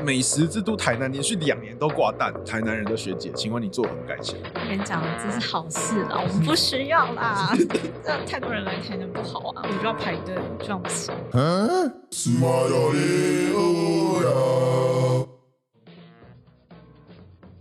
美食之都台南连续两年都挂蛋，台南人的学姐，请问你作何感想？院长，这是好事 啦，我们不需要啦。这太多人来台南不好啊，我就要排队，这样不行。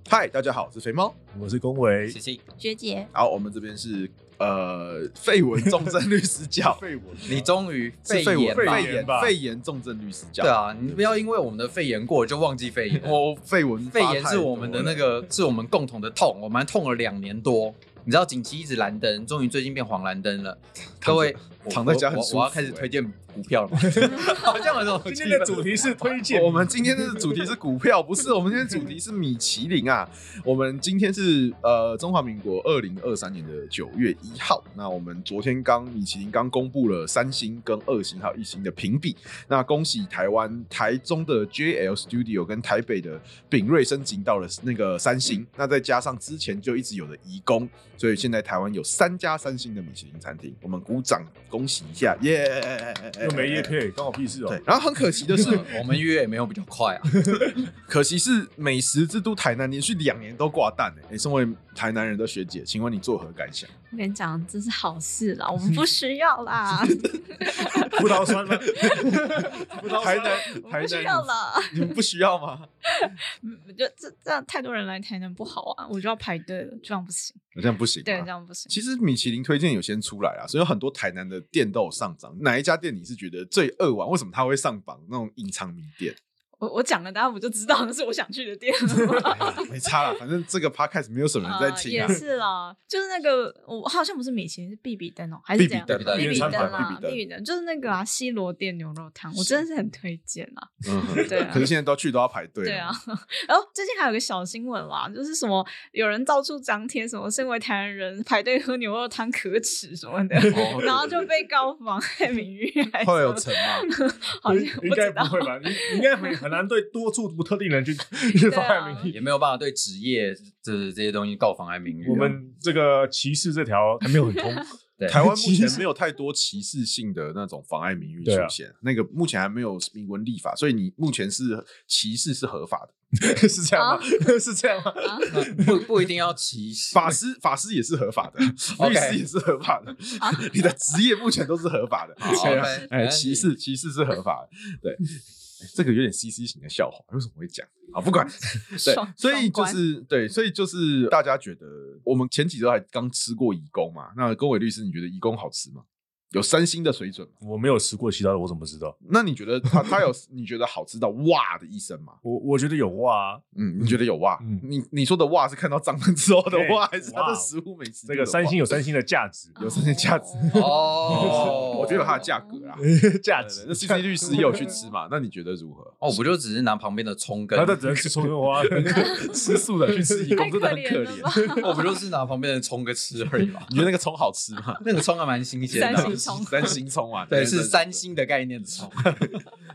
嗨，大家好，我是肥猫。我是龚维谢，谢。学姐，然后我们这边是呃绯闻重症律师 角，废我你终于是肺炎吧肺炎炎吧肺炎重症律师角。对啊，你不要因为我们的肺炎过就忘记肺炎。我绯闻肺炎是我们的那个，是我们共同的痛，我们还痛了两年多。你知道景气一直蓝灯，终于最近变黄蓝灯了。各位，我躺在家很我舒服欸我我要开始推荐股票了吗？ 好像有这种 今气天的氛。主题是推荐我们今天的主题是股票，不是我们今天主题是米其林啊。我们今天是呃中华民国二零二三年的九月一号。那我们昨天刚米其林刚公布了三星跟二星还有一星的评比。那恭喜台湾台中的 JL Studio 跟台北的秉瑞升级到了那个三星。那再加上之前就一直有的移工，所以现在台湾有三家三星的米其林餐厅。我们鼓掌恭喜一下，耶、哎又没叶配，关我屁事对哦。，然后很可惜的是，我们约也没有比较快 啊。可惜是美食之都台南连续两年都挂蛋 诶、欸身为台南人的学姐，请问你作何感 想？我跟你讲，这是好事 啦，我们不需要啦，葡萄酸 吗？葡萄台酸吗南我们台不需要南啦。你，你们不需要吗？嗯就这这样太多人来台南不好啊，我就要排队了，这样不行。这样不行。对，这。样不行。啊其实米其林推荐有先出来啊，所以有很多台南的店都有上涨。哪一家店你是觉得最扼腕？为什么它会上榜？那种隐藏名 店？我我讲了，大家不就知道那是我想去的店 哎没差啦，反正这个 podcast 没有什么人在啊，听也啊。是啦，就是那个我好像不是米其林，是必比登哦，还必是比怎样？登啊必必比因比登为登盘餐啦必，比必登比登就是那个啊，西罗店牛肉汤，我真的是很推荐啊。嗯哼，对啊可是现在都去都要排队。对啊，，然后最近还有个小新闻啦，就是什么有人到处张贴什么身为台湾人排队喝牛肉汤可耻什么的，哦然后就被告妨害名誉还是 会什有么，成吗？ 好像应不该知不道。会吧？你你应该很很难对多处不特定人去去妨害名誉。也没有办法对啊职业这这些东西告妨碍名誉啊、我们这个歧视这条还没有很通，对台湾目前没有太多歧视性的那种妨碍名誉出对啊现，那个目前还没有明文立法，所以你目前是歧视是合法的，是这样吗？ 是这样吗？那不不一定要歧视。法师法师也是合 法的，律 OK 师也是合法的，啊 你的职业目前都是合法的。好对啊哦 OK，哎，没关系歧视歧视是合法的，对，哎这个有点 CC 型的笑话，为什么会讲？啊， 不管，对双，所以双就关是对，所以就是大家觉得，我们前几周还刚吃过义工嘛，那龚伟律师，你觉得义工好吃吗？有三星的水准吗？我没有吃过其他的，我怎么知道？那你觉得它它 有你觉得好吃到哇的一声吗？我我觉得有哇、嗯，你觉得有哇？嗯你你说的哇是看到蟑螂之后的哇，对还是它哇的哦食物美食这觉得个三哇星有三星的价值， 有这些价值，哦哦 我觉得有它的价格啦。哦价对值。那 C C 律师也有去吃嘛？那你觉得如何？哦，我不就只是拿旁边的葱跟 然后他只能吃葱跟花， 吃素的去吃义工太真的很可可怜了吧 怜。。我不就是拿旁边的葱哥吃而已嘛你觉得那个葱好吃吗？那个葱还蛮新 鲜三的啊星，葱三星葱啊，对，是三。星的概念的葱。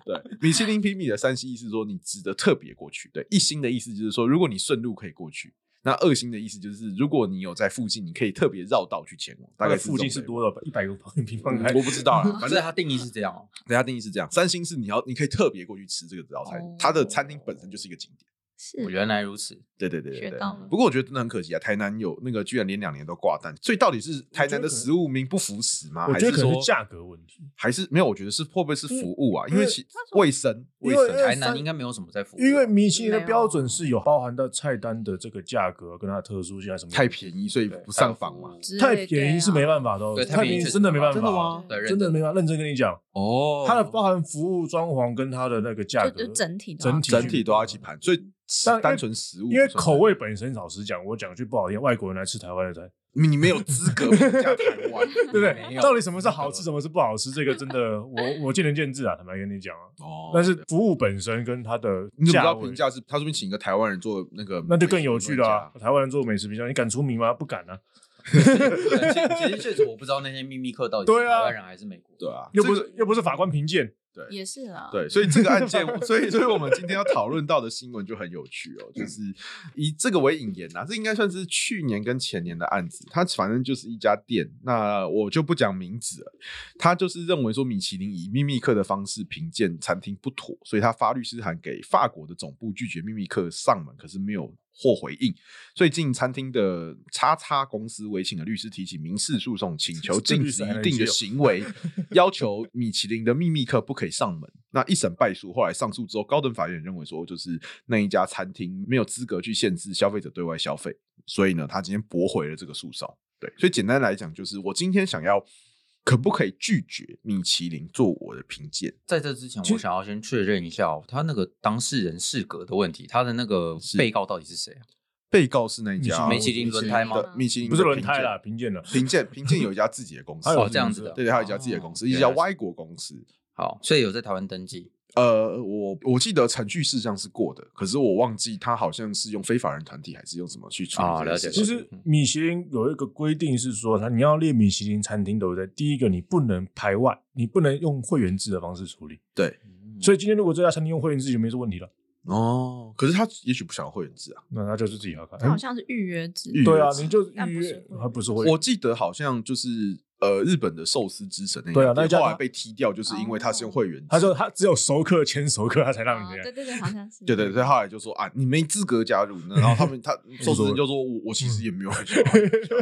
对，米其林评比的三星意思说你值得特别过去，对，一星的意思就是说如果你顺路可以过去，那二星的意思就是如果你有在附近，你可以特别绕道去前往。大大概概是呃附近这是种多少一百个平方嗯开我不知道啦，反反正正它定义是这样哦。人家定义是这样，三星是你要你可以特别过去吃这个道菜哦，它的餐厅本身就是一个景点。是我原来如此，对对对对学对到了。不过我觉得真的很可惜啊，台南有那个居然连两年都挂蛋，所以到底是台南的食物名不符实吗？我还觉得可能说是价格问题，还是没有？我觉得是会不会是服务啊？嗯因为其因为卫生因卫为生因为台南应该没有什么在服务，因为米其林的标准是有包含到菜单的这个价格跟它的特殊性还是啊什么太便宜，所以对不上访嘛。之太类的便宜是啊没办法的哦，对太太便宜便宜确实真的没办法，哦真的吗对真的没办法，认真跟你讲，哦它的 包含服务、装潢跟它的那个价就格就整体的啊整体整体都要一起盘，所以吃嗯但因为单纯食物不因为算口味本身，老实讲，我讲句不好听，外国人来吃台湾的菜，你没有资格评价台 湾，对对不对？到底什么是好吃， 什么是不好吃？这个真的，我我见仁见智啊，坦白跟你讲啊。哦但是服务本身跟它的你怎么知价道位评，价是？他说不定请一个台湾人做那个，那就更有趣了啊！台湾人做美食评价，你敢出名吗？不敢啊，对其其实确实我不知道那些秘密课到底是对啊台湾人还是美国人。对啊，又不这个是又不是法官评鉴，对也是啦。对，所以这个案件，所以所以我们今天要讨论到的新闻就很有趣哦，就是以这个为引言啊，这应该算是去年跟前年的案子。它反正就是一家店，那我就不讲名字了。他就是认为说米其林以秘密客的方式评鉴餐厅不妥，所以他发律师函给法国的总部拒绝秘密客上门，可是没有。获回应，所以进餐厅的叉叉公司委请的律师提起民事诉讼，请求禁止一定哦的行 为，要求米其林的秘密客不可以上门。那一审败诉，后来上诉之后，高等法院认为说，就是那一家餐厅没有资格去限制消费者对外消费，所以呢，他今天驳回了这个诉讼。对，所以简单来讲，就是我今天想要可不可以拒绝米其林做我的评鉴？在这之前，我想要先确认一下、哦、他那个当事人适格的问题，他的那个被告到底是谁啊？被告是那一家米其林轮胎吗的米其林不是的轮评胎鉴啦，评鉴了。评鉴评鉴有一家自己的公司， 还有哦这样子的对对，还有一家自己的公司，哦一家外国公司。好，所以有在台湾登记。呃，我我记得程序事项是过的，可是我忘记他好像是用非法人团体还是用什么去处理啊这件事了解情。其了解实米其林有一个规定是说，它你要列米其林餐厅，对不对？第一个，你不能排外，你不能用会员制的方式处理。对嗯所以今天如果这家餐厅用会员制就没这问题了，哦，可是他也许不想要会员制啊。那他就是自己要看。它好像是预约制，预约对啊，制你就但嗯预不是约会，员他不是会员我记得好像就是呃，日本的寿司之神那对啊那一家家店后来他哦被踢掉，就是因为他是用会员制。他说他只有熟客签熟客，他才让哦你这样对对对，好像是。对对对，后来就说啊，你没资格加入。那然后他们他寿司人就说，我我其实也没有很想要加入，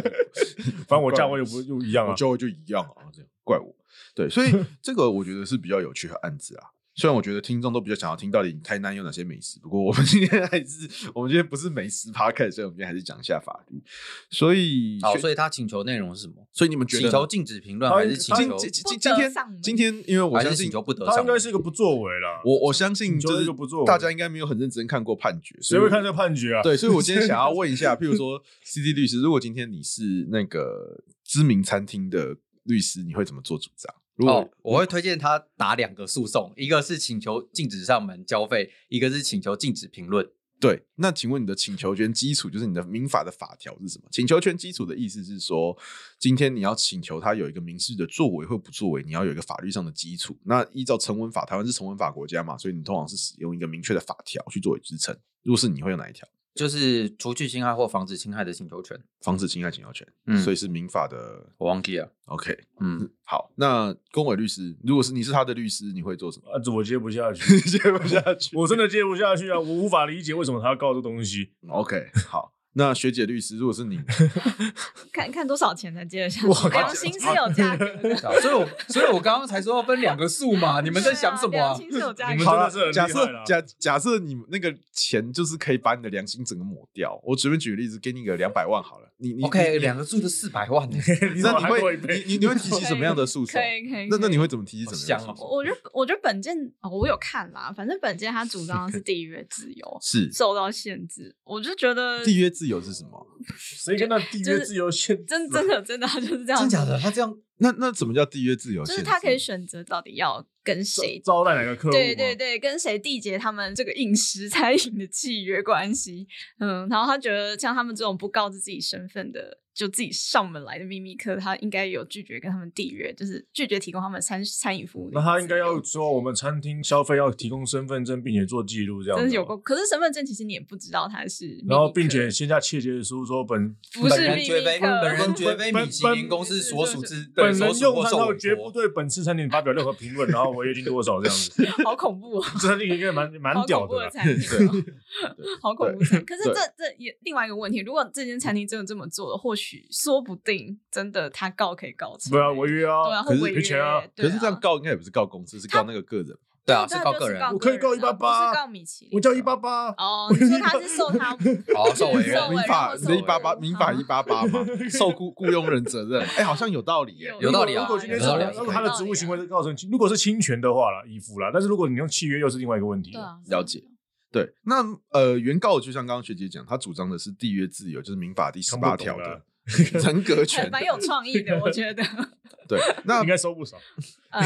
反正我价位又不又一样啊我。教会就一样啊，这样怪我。对，所以这个我觉得是比较有趣的案子啊。虽然我觉得听众都比较想要听到底台南有哪些美食，不过我们今天还是我们今天不是美食 p a r k 所以我们今天还是讲一下法律。所以，好，所以他请求内容是什么？所以你们觉请得求呢禁止评论他还是请今求？今今不今得天上门今天，因为我还相是请信求不得他上应该门？是一个不作为啦。我我相信请求就这是个不作为大家应该没有很认真看过判决，所谁以会我看这个判决啊？对，所以我今天想 要问一下，譬如说 C D 律师，如果今天你是那个知名餐厅的律师，你会怎么做主张？如果、哦，我会推荐他打两个诉讼，一个是请求禁止上门交费，一个是请求禁止评论。对，那请问你的请求权基础就是你的民法的法条是什么？请求权基础的意思是说，今天你要请求他有一个民事的作为或不作为，你要有一个法律上的基础。那依照成文法，台湾是成文法国家嘛，所以你通常是使用一个明确的法条去作为支撑。如果是你会用哪一条？就是除去侵害或防止侵害的请求权。防止侵害请求权，嗯所以是民法的。我忘记了， OK，嗯，好，那龚伟律师，如果是你是他的律师，你会做什么？ 啊，这我接不下去，接不下去我真的接不下去啊！我无法理解为什么他要告这东西。 OK，好，那学姐律师，如果是你，看看多少钱才接得下我靠去，良心是有价格的。对啊 所以我所以我刚刚才说要分两个数嘛， 你你们在想什么良啊？心是有价 你格们的。好啦真的是很厉假害设啦假假设你那个钱就是可以把你的良心整个抹掉，我随便举个例子，给你个两百万好了，你你 OK，两 个数就四百万呢，你怎那么你还过一会倍你你你会提起什么样的诉 可讼？以可以。那那你会。会怎么提起什么样的好香诉哦讼？我觉得，我觉得本件哦，我有看啦。反正本件他主张的是缔约自由是受到限制，我就觉得缔约自由是什么？谁跟他缔约自由限？真真的真的他就是这样，真假的？他这样那那怎么叫缔约自由？就是他 可以，选择到底要跟谁招待哪个客户？对对，对，跟谁缔结他们这个饮食 餐饮的契约关系？嗯，然后他觉得像他们这种不告知自己身份的，就自己上门来的秘密客，他应该有拒绝跟他们缔约，就是拒绝提供他们餐餐饮服务的那自由。他应该要说我们餐厅消费要提供身份证，并且做记录这样子。真是有过，可是身份证其实你也不知道他是秘密客，然后并且签下切结书 说本不本是人秘绝密非客，本人绝非米其林公司所属之对本人所属用或餐受后委绝不托。对本次餐点发表任何评论，然后违约金多少这样子。好恐怖哦。这餐厅应该蛮蛮好屌恐怖的的啦，餐厅啊 哦，好恐怖的餐厅。可是对这这也另外一个问题，如果这间餐厅真的这么做了，或许说不定真的他告可以告成。不要违约对啊，啊，会可是违约。赔钱啊可对啊是这样告应该也不是告公司，是告那个个人。对啊，这样是告就个人。人我可以告188不是告米奇。啊我叫一八八，啊哦，你说他是受 他好哦 受委员受民委法然后你的一八八，受啊民法一八八 嘛，受雇雇佣人责任。哎，好像有道理耶。有哦道理啊如果今天有是道理啊如果他的职务行为是造成侵，如果是侵权的话啦，依附啦，但是如果你用契约，又是另外一个问题对了。啊，了解。对，那呃，原告就像刚刚学姐讲，她主张的是缔约自由，就是民法第十看不八懂啊 条的了 人格权的很 蛮有创意的，我觉得。 对，啊那应该收不少。呃，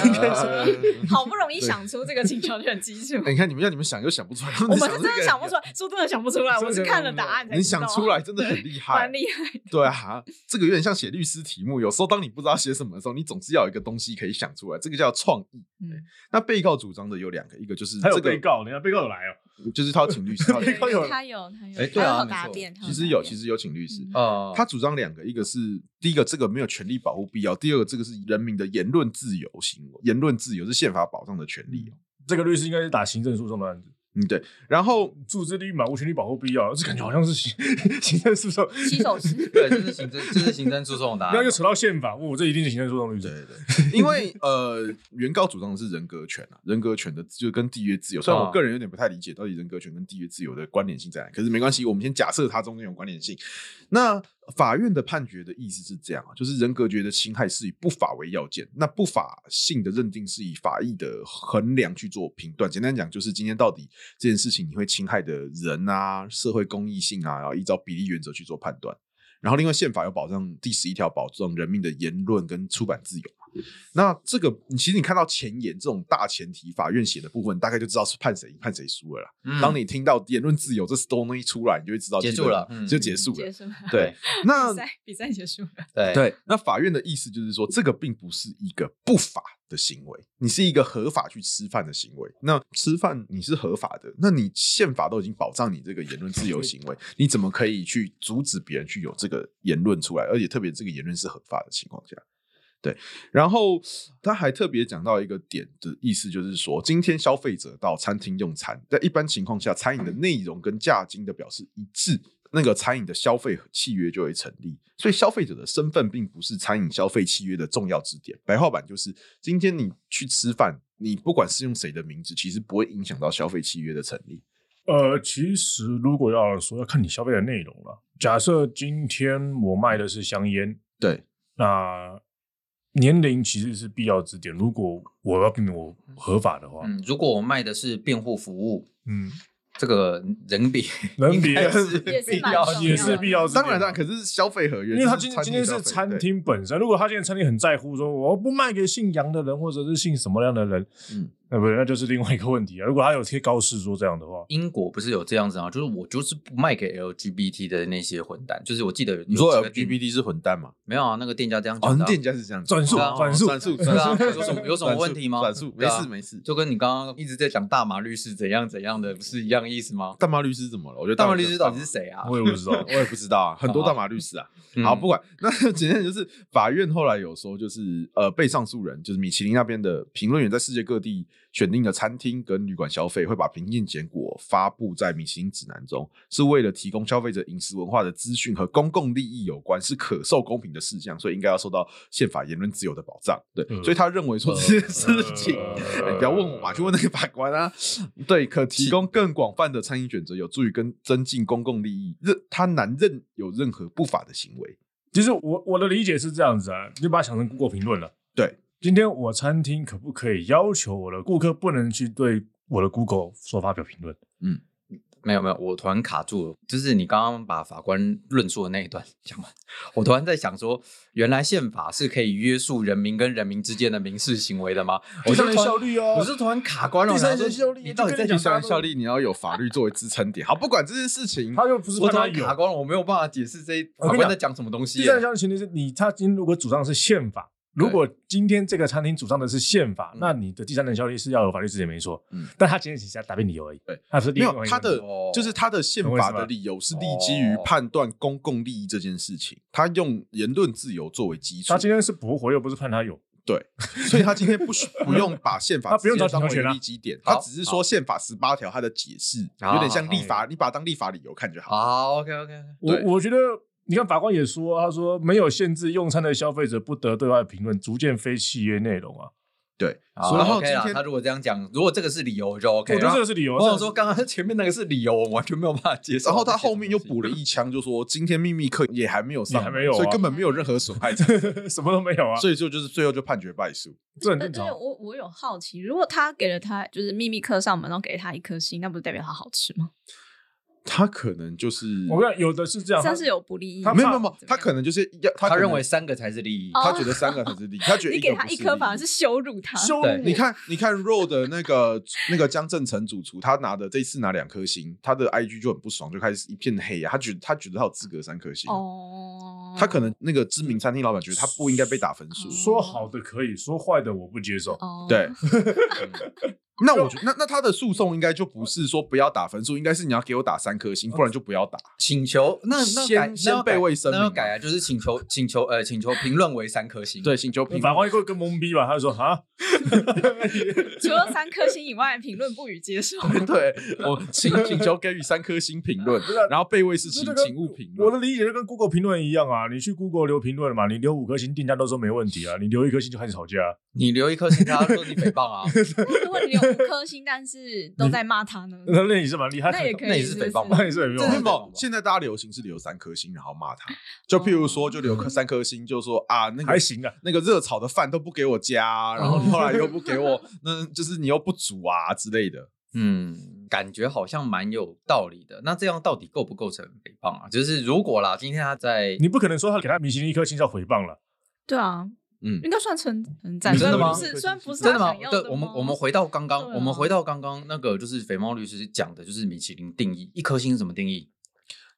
好不容易想出这个请求权基础， 你看你们要你们想又想不出 来，我们是真的想不出来，说真的想不出来，我们是看了答案才你想出来真的很厉害蛮，厉害。对啊，这个有点像写律师题目，有时候当你不知道写什么的时候，你总是要有一个东西可以想出来，这个叫创意。 嗯，那被告主张的有两个，一个就是还这有个被告，人家被告有来哦。就是他要请律师，他要被 告有他有他有，哎对他啊有没答错辩，嗯其实有，其实实有哦请律师。呃，他主张两个，一个是第一个，这个没有权利保护必要；第二个，这个是人民的言论自由行为，言论自由是宪法保障的权利哦。这个律师应该是打行政诉讼的案子，嗯，对。然后组织利益、满无权利保护必要，这感觉好像是行 行政诉讼。起 手式。对，这是行政，这是行政诉讼的答然后案又。扯到宪法，我这一定是行政诉讼律对师。对对，因为呃，原告主张的是人格权啊，人格权的就跟地约自由。虽然我啊个人有点不太理解到底人格权跟地约自由的关联性在哪，可是没关系，我们先假设它中间有关联性。那法院的判决的意思是这样啊，就是人格权的侵害是以不法为要件，那不法性的认定是以法益的衡量去做评断。简单讲，就是今天到底这件事情你会侵害的人啊、社会公益性啊，然后依照比例原则去做判断。然后，另外宪法有保障第十一条保障人民的言论跟出版自由嘛？那这个你其实你看到前言这种大前提，法院写的部分，大概就知道是判谁赢判谁输了啦。嗯当你听到言论自由这东西出来，你就会知道结基本束了上嗯就结束了结。束了，对，比那赛比赛 结束了，对，对，那法院的意思就是说，这个并不是一个不法的行为，你是一个合法去吃饭的行为。那吃饭你是合法的，那你宪法都已经保障你这个言论自由行为，你怎么可以去阻止别人去有这个言论出来？而且特别这个言论是合法的情况下。对，然后他还特别讲到一个点的意思，就是说，今天消费者到餐厅用餐，在一般情况下，餐饮的内容跟价金的表示一致，那个餐饮的消费契约就会成立。所以，消费者的身份并不是餐饮消费契约的重要支点。白话版就是，今天你去吃饭，你不管是用谁的名字，其实不会影响到消费契约的成立。呃，其实如果要说要看你消费的内容了。假设今天我卖的是香烟，对，那年龄其实是必要之点。如果我要避免我合法的话，嗯，如果我卖的是辩护服务，嗯，这个 人比人比应该是也是必蛮要重也要是的必要之点。当然，当然，可是消费合约，因为他这今是天今天消是费餐，对厅本身，如果他今天餐厅很在乎说我不卖给姓杨的人或者是姓什么样的人，呃嗯，那不那就是另外一个问题啊。如果他有贴告示说这样的话，英国不是有这样子啊？就是我就是不卖给 LGBT 的那些混蛋，就是我记得有你说有几个店 LGBT 是混蛋吗？没有啊？那个店家这样哦，讲的那啊，店家是这样子，转速哦转速转速，对啊转速有什么有什么问题吗转速，没对啊事没事。就跟你刚刚一直在讲大麻律师怎样怎样的，不是一样意思吗？大麻律师怎么了？我觉得大麻律师到底是嗯谁啊？我也不 知 道我也不知道啊，很多大麻律师啊。好，不管，那 简单就是法院后来有说，就是呃，被上诉人就是米其林那边的评论员，在世界各地选定的餐厅跟旅馆消费，会把评鉴结果发布在米其林指南中，是为了提供消费者饮食文化的资讯和公共利益有关，是可受公平的事项，所以应该要受到宪法言论自由的保障。对，嗯所以他认 为说这件事情。呃哎不要问我嘛，去问那个法官啊。对，可提供更广泛的餐饮选择，有助于跟增进公共利益。任他难任有任何不法的行为。其实我我的理解是这样子啊，你就把它想成 Google 评论了。对，今天我餐厅可不可以要求我的顾客不能去对我的 Google 说发表评论？没有没有，我突然卡住了，就是你刚刚把法官论述的那一段 讲完，我突然在想说，原来宪法是可以约束人民跟人民之间的民事行为的吗？我第是三人突然效率哦我是突然卡关了。第三人我想说效率你到底就在跟第你讲想？三效力，你要有法律作为支撑点。好，不管这件事情，他又不是我判突他然有卡关了，我没有办法解释这一我法跟你讲官在讲什么东西啊第耶。三项前提是你他今天如果主张的是宪法，如果今天这个餐厅主张的是宪法，嗯那你的第三人效力是要有法律支持没错。嗯但他今天只是答辩理由而已。对，他是没另外一有个他的哦，就是他的宪懂我意法思吗的理由是立基于哦判断公共利益这件事情，他用言论自由作为基础他。今天是驳回，又不是判他有。对，所以他今天不需不用把宪法他不用直接找当为条权啊立基点，好他只是说宪法十八条它的解释好有点像好立法，你把它当立法理由看就好。好，OK OK，我对我觉得。你看，法官也说，他说没有限制用餐的消费者不得对外评论，逐渐非契约内容啊。对，好然后 OK 今啦天他如果这样讲，如果这个是理由，我就 OK 我了。觉得这个是理由。我想说，刚 刚前面那个是理由，我完全没有办法接受。然后他后面又补了一枪，就说今天秘密课也还没有上，也还没有啊所以根本没有任何损害， 这什么都没有啊，所以就就是最后就判决败诉。这很而正且常。我我有好奇，如果他给了他就是秘密课上门，然后给了他一颗星，那不是代表他好吃吗？他可能就是我跟你讲，有的是这样，算是他有不利益。他没有没有没有怎么，样他可能就是要他他可能认为三个才是利益，哦他觉得三个才是利益，他觉得你个给他不一是颗利反而益是羞辱他。羞对辱你看，你看 Roll 的那个那个江正成主厨，他拿的这次拿两颗星，他的 IG 就很不爽，就开始一片黑啊。他觉得他觉得他有资格三颗星，啊哦，他可能那个知名餐厅老板觉得他不应该被打分数。说好的可以，说坏的我不接受。哦， 对，那我觉那那他的诉讼应该就不是说不要打分数，应该是你要给我打三颗星，不然就不要打。请求那那先改先那要备改位声那要明改嘛啊，就是请求 请求呃请求评论为三颗星，对，请求评法官一个更懵逼吧，他就说啊，除了三颗星以外，评论不予接受。 对，我请请求给予三颗星评论不是啊，然后备位是这请就跟请勿评我论。的理解就跟 Google 评论一样啊，你去 Google 留评论嘛，你留五颗星，店家都说没问题啊，你留一颗星就开始吵架啊。 你留一颗星，他说你诽谤 啊， 如果你有五颗星，但是都在骂他呢，那那你是蛮厉害的，那也可以，那也是不诽谤那吧也是很用这啊。是某现在大家流行是留三颗星，然后骂他。就譬如哦说，就留颗三颗星，就说啊，那个还行啊，那个热炒的饭都不给我加，然哦后后来又不给我，那就是你又不煮啊之类的。嗯，感觉好像蛮有道理的。那这样到底构不构成诽谤啊？就是如果啦，今天他在你不可能说他给他米其林一颗星叫诽谤了，对啊，嗯应该算称称赞，你真的吗虽然不是虽然不是真他的吗想？要对，的我们吗我们回到刚刚，对啊我们回到刚刚那个，就是肥猫律师讲的，就是米其林定义，一颗星是什么定义？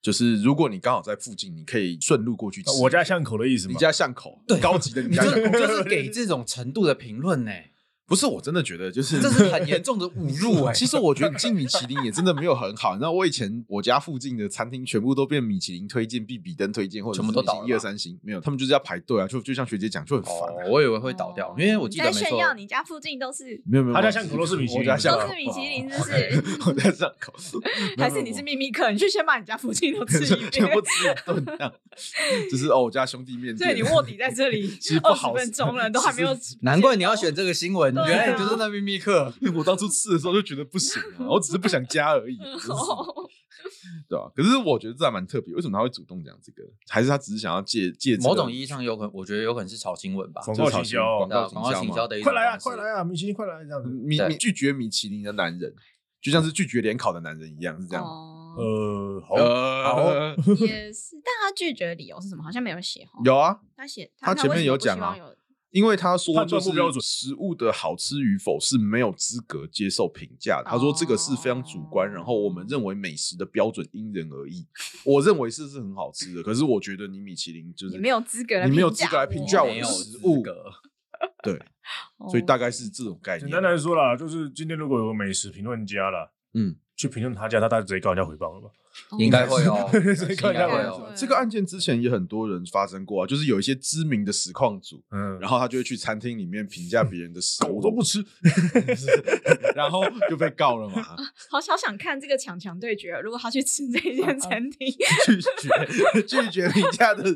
就是如果你刚好在附近，你可以顺路过去吃。我家巷口的意思你嘛。家巷口，对，高级的你你 家就巷口。就是给这种程度的评论呢，不是，我真的觉得就是这是很 严重的侮辱哎。其实我觉得你进米其林也真的没有很好。你知道我以前我家附近的餐厅全部都变米其林推荐、必比登推荐，或者全部都倒了吧一二三星，没有，他们就是要排队啊，就就像学姐讲，就很烦哦啊、，我以为会倒掉，因为我记得你没在哦炫错，耀你家附近都是没有没有，他没家有巷口都是米其林我家巷口哦都是米其林，是不是？我家巷口，没有还是你是秘密客？你去先把你家附近都吃一 全遍部，吃一顿这样，就是哦，我家兄弟面所以你店。卧底在这里其实不二十好分钟了，都还没有。难怪你要选这个新闻，对啊原来你就是那秘密课。 我当初吃的时候就觉得不行啊，我只是不想加而已，真 是哦对吧、可是我觉得这还蛮特别，为什么他会主动讲这个？还是他只是想要借借这个某种意义上有可能，我觉得有可能是炒新闻吧，广就告是行炒新销广对啊告广告行嘛销的一种快来啊，方快式来啊，米其林快来这样子。米对米拒绝米其林的男人，就像是拒绝联考的男人一样，是这样吗。 哦，呃，好，呃，也是，但他拒绝的理由是什么？好像没有写哦。有啊，他写他前面有讲啊为什么不希望有因为他说判就断是不标准食物的好吃与否是没有资格接受评价的。他说这个是非常主观，哦然后我们认为美食的标准因人而异。我认为是是很好吃的，可是我觉得你米其林就是你没有资格来你没有评价资格来我评价我没的有食资物，格对，哦所以大概是这种概简念。单来说啦，就是今天如果有个美食评论家啦，嗯，去评论他家，他大概直接告人家回谤了吧？应该会哦，这个应该应该会会哦。这个案件之前也很多人发生过啊，就是有一些知名的实况组，嗯，然后他就会去餐厅里面评价别人的食物，狗都 不吃，然后就被告了嘛，好好想看这个强强对决哦。如果他去吃这间餐厅， 拒绝拒绝评价的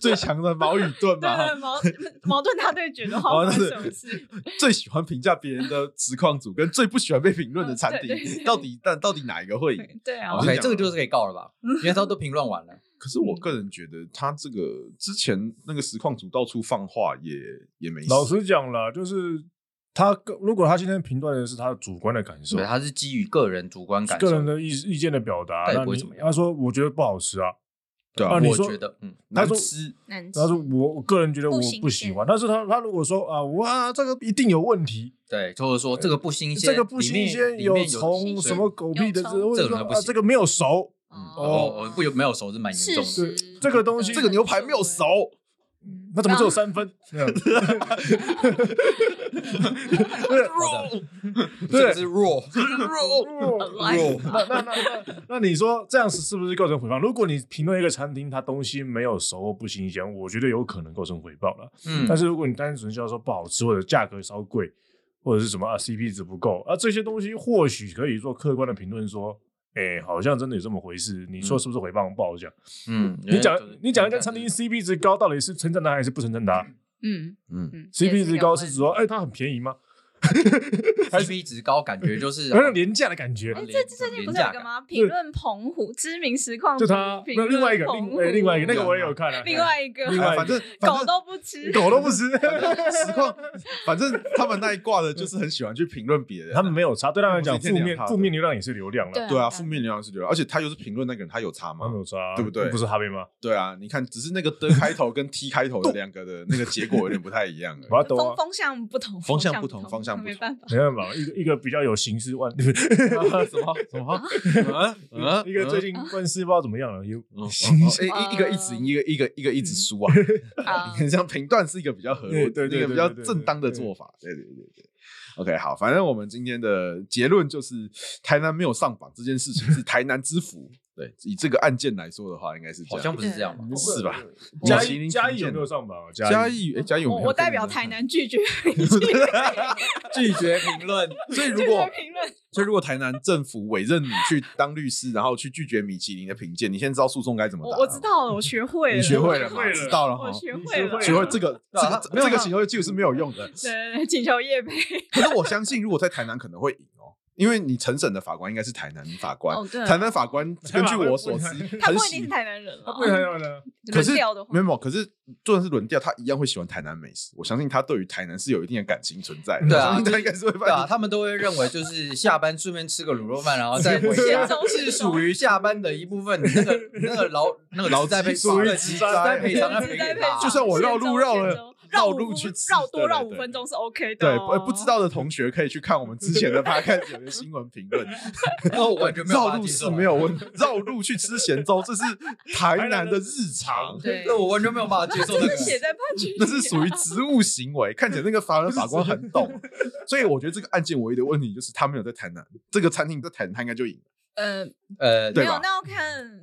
最强的毛与盾对嘛，矛矛盾大对决的话，矛发盾生什么事？ 最喜欢评价别人的实况组跟最不喜欢被评论的餐嗯对对厅，到底但到底哪一个会赢？对啊好， OK，这个就是可以告了吧？因为他都评论完了，可是我个人觉得他这个之前那个实况组到处放话也也没事老实讲啦，就是他个如果他今天评断的是他主观的感受对，，他是基于个人主观感受，个人的意意见的表达，他也那不会你怎么样他说我觉得不好吃啊，对啊啊，你我说觉得，嗯，难他说吃难吃他说我我个人觉得我不新不喜鲜欢，但是他他如果说啊哇这个一定有问题，对，就是说这个不新鲜，这个不里新面鲜，里面有虫什么狗屁的，有虫这或者说这种还不啊行这个没有熟，嗯哦哦，不有没有熟是蛮严重事的。实对这个东西这个牛排没有熟，那怎么只有 三分？这样肉这个对哎是 raw，肉， Alive 那那那那那你说这样是是不是构成诽谤？如果你评论一个餐厅它东西没有熟或不新鲜，我觉得有可能构成诽谤了。嗯，但是如果你单纯就要说不好吃或者价格稍贵，或者是什么啊 CP 值不够啊这些东西，或许可以做客观的评论说。哎、好像真的有这么回事。你说是不是诽谤？不好讲。嗯，你讲就是你讲一家餐厅 CP 值高，到底是称赞它还是不称赞它嗯嗯，嗯？CP 值高是也指一个说，哎、它很便宜吗？ ，CP 值高，感觉就是啊有点廉价的感觉。哎，廉这这最近不是有个吗？评论澎湖知名实况，就他，评那论另外一个，澎另湖哎另外一个，那个我也有看啊，另外一个，另外一个反正反狗正都不吃，狗都 不吃，实况，反正他们那一挂的就是很喜欢去评论别人啊。他们没有差。对他们来讲，不是一负天面两趴的负面流量也是流量了，啊对啊，对负面流量是流量，而且他又是评论那个人，他有差吗他？没有差，对不对不是哈贝吗？对啊，你看，只是那个的开头跟 T 开头的两个 的那个结果有点不太一样而已。我要懂风啊，风向不同，风向不同，同方向不没同办法。没办法，一个一个比较有形式万，什么什么？嗯 一个最近万事不知道怎么样了，有一哎一一个一直赢，一个一个一个一直输啊！啊很像评断是一个比较合逻嗯 对对辑、对一个比较对对对正当的做法。对对对对。OK，好，反正我们今天的结论就是，台南没有上榜这件事情是台南之福。对，以这个案件来说的话，应该是这好样像不是这样吧？是吧？嘉米其义林嘉评义有鉴没有上榜啊？嘉义义，哎，嘉义有没我有我代表台南拒绝拒绝拒绝评论，所以如果评论，所以如果台南政府委任你去当律师，然后去拒绝米其林的评鉴，你现在知道诉讼该怎么打我了我吗知，道了，我学会了，你学会了我吗？学会了知道了哈我。学你会学了，会学会这个对这啊个没有这啊个行为技术是没有用的，对对对，请求叶培。可是我相信，如果在台南可能会赢哦，因为你陈审的法官应该是台南法官，哦对啊台南法官台根南据法官我所知不一定，他很不一定喜是台南人他了不，会还有呢，可是轮调的话没有，没有可是就算是轮调，他一样会喜欢台南美食。我相信他对于台南是有一定的感情存在的，对啊我相信他应该是会对啊，办。他们都会认为就是下班顺便吃个卤肉饭，然后再回家先啊走，是属于下班的一部分。那个那个劳那个劳资再赔属于职职灾灾赔偿的赔在给他就算我绕路绕了绕绕路五去分吃绕多对绕对五对分钟是 OK 的对，哦，呃，不知道的同学可以去看我们之前 的 p 开始有的新闻评论，然后我完全没有办绕法路接是受，啊没有问，绕路去吃咸粥，这是台南的日常。对对，我完全没有办法接受那这个是。写在判决里面那啊，是属于职务行为，看起来那个 法官法官很懂，所以我觉得这个案件唯一的问题就是他没有在台南，这个餐厅在台南他应该就赢了。呃，呃，对没有吧，那要看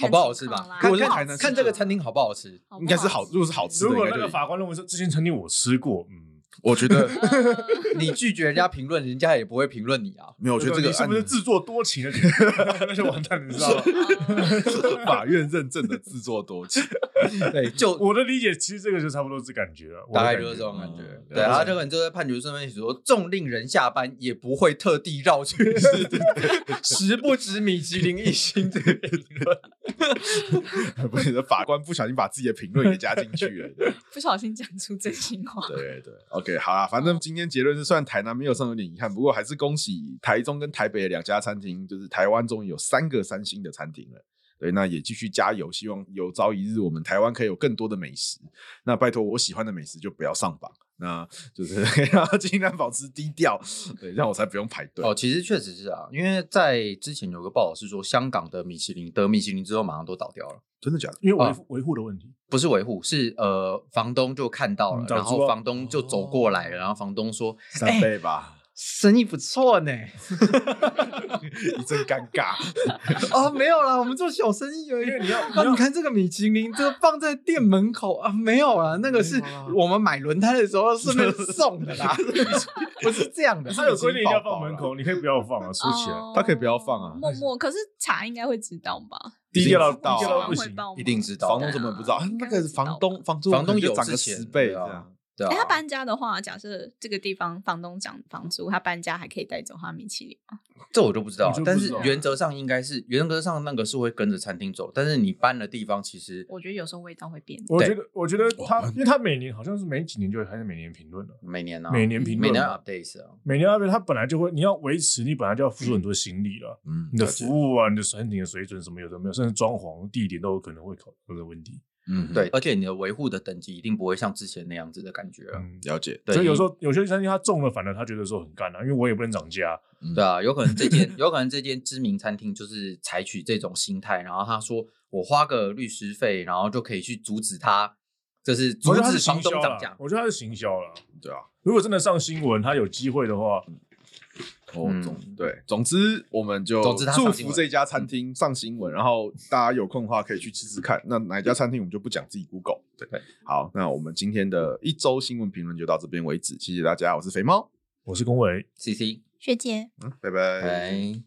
好不好吃吧？如如果果是是台南看这个餐厅好不好吃，应该是好，如果是好吃的，如应果该那就个赢。法官认为说这间餐厅我吃过，嗯，我觉 得你拒绝人家评论，人家也不会评论你啊。没有，我觉得这你个是案不是子自作多情了？你那就完蛋了，你知道吗？ 是法院认证的自作多 情。对，就我的理解其实这个就差不多是感觉了，我的大概感就是觉这种嗯感觉。对对，啊我他想这个人就在判决上面写说，纵令人下班也不会特地绕去吃， 食不知米其林一星这个评论。不是法官不小心把自己的评论也加进去了。对不小心讲出真心话。对对，OK，好啦，反正今天结论是，虽然台南没有上有点遗憾，不过还是恭喜台中跟台北的两家餐厅，就是台湾终于有三个三星的餐厅了。对，那也继续加油，希望有朝一日我们台湾可以有更多的美食。那拜托，我喜欢的美食就不要上榜，那就是尽量保持低调，对，这样我才不用排队。哦，其实确实是啊，因为在之前有个报道是说，香港的米其林得米其林之后马上都倒掉了，真的假的？因为维护维护的问题，不是维护，是呃房东就看到了嗯，早然知后道房东就走过来了，然后房东说三倍吧，生意不错呢，一阵尴尬。 哦没有啦，我们做小生意而已因。为你要啊，你看这个米其林，这个放在店门口啊，没有啦，那个是没有啊我们买轮胎的时候 顺便送的啦， 不是这样的。 他有规定一定要放门口，你可以不要放啊，收起来。哦他可以不要放啊默默，可是茶应该会知道吧？低调到已经知道啊房低调到不东会行，报吗一定知道房的东啊，怎么不知道？啊应 该那个知道吧房东，啊房租房东有涨之个前十倍对这啊样。对啊，哎，他搬家的话，假设这个地方房东涨房租，他搬家还可以带走他米其林吗？这我就不知道你就不了，但知是道啊原则上应该是原则上那个是会跟着餐厅走，但是你搬的地方其实我觉得有时候味道会变。我对觉得，我觉得他，因为他每年好像是每几年就会开始每年评论了，每年呢、每年评啊每论年嘛， updates 啊，每年 update，他本来就会，你要维持，你本来就要付出很多心力了，嗯你的服务啊，你的餐厅的水准什么有的没有，甚至装潢、地点都有可能会考虑的问题。嗯，对，而且你的维护的等级一定不会像之前那样子的感觉啊、嗯，了解。对，所以有时候候有些餐厅他中了，反而他觉得说很干啊，因为我也不能涨价，对啊，有可能这间有可能这间知名餐厅就是采取这种心态，然后他说我花个律师费，然后就可以去阻止他，就是阻我觉得他止是房行东销涨了价，。我觉得他是行销了。对啊，如果真的上新闻，他有机会的话，哦，嗯总对，总之我们就总之它上祝新福闻嗯这家餐厅上新闻，然后大家有空的话可以去吃吃看。那哪一家餐厅我们就不讲，自己 Google。对对，好，那我们今天的一周新闻评论就到这边为止，谢谢大家，我是肥猫，我是龚维， C C，学姐，嗯，拜拜。哎。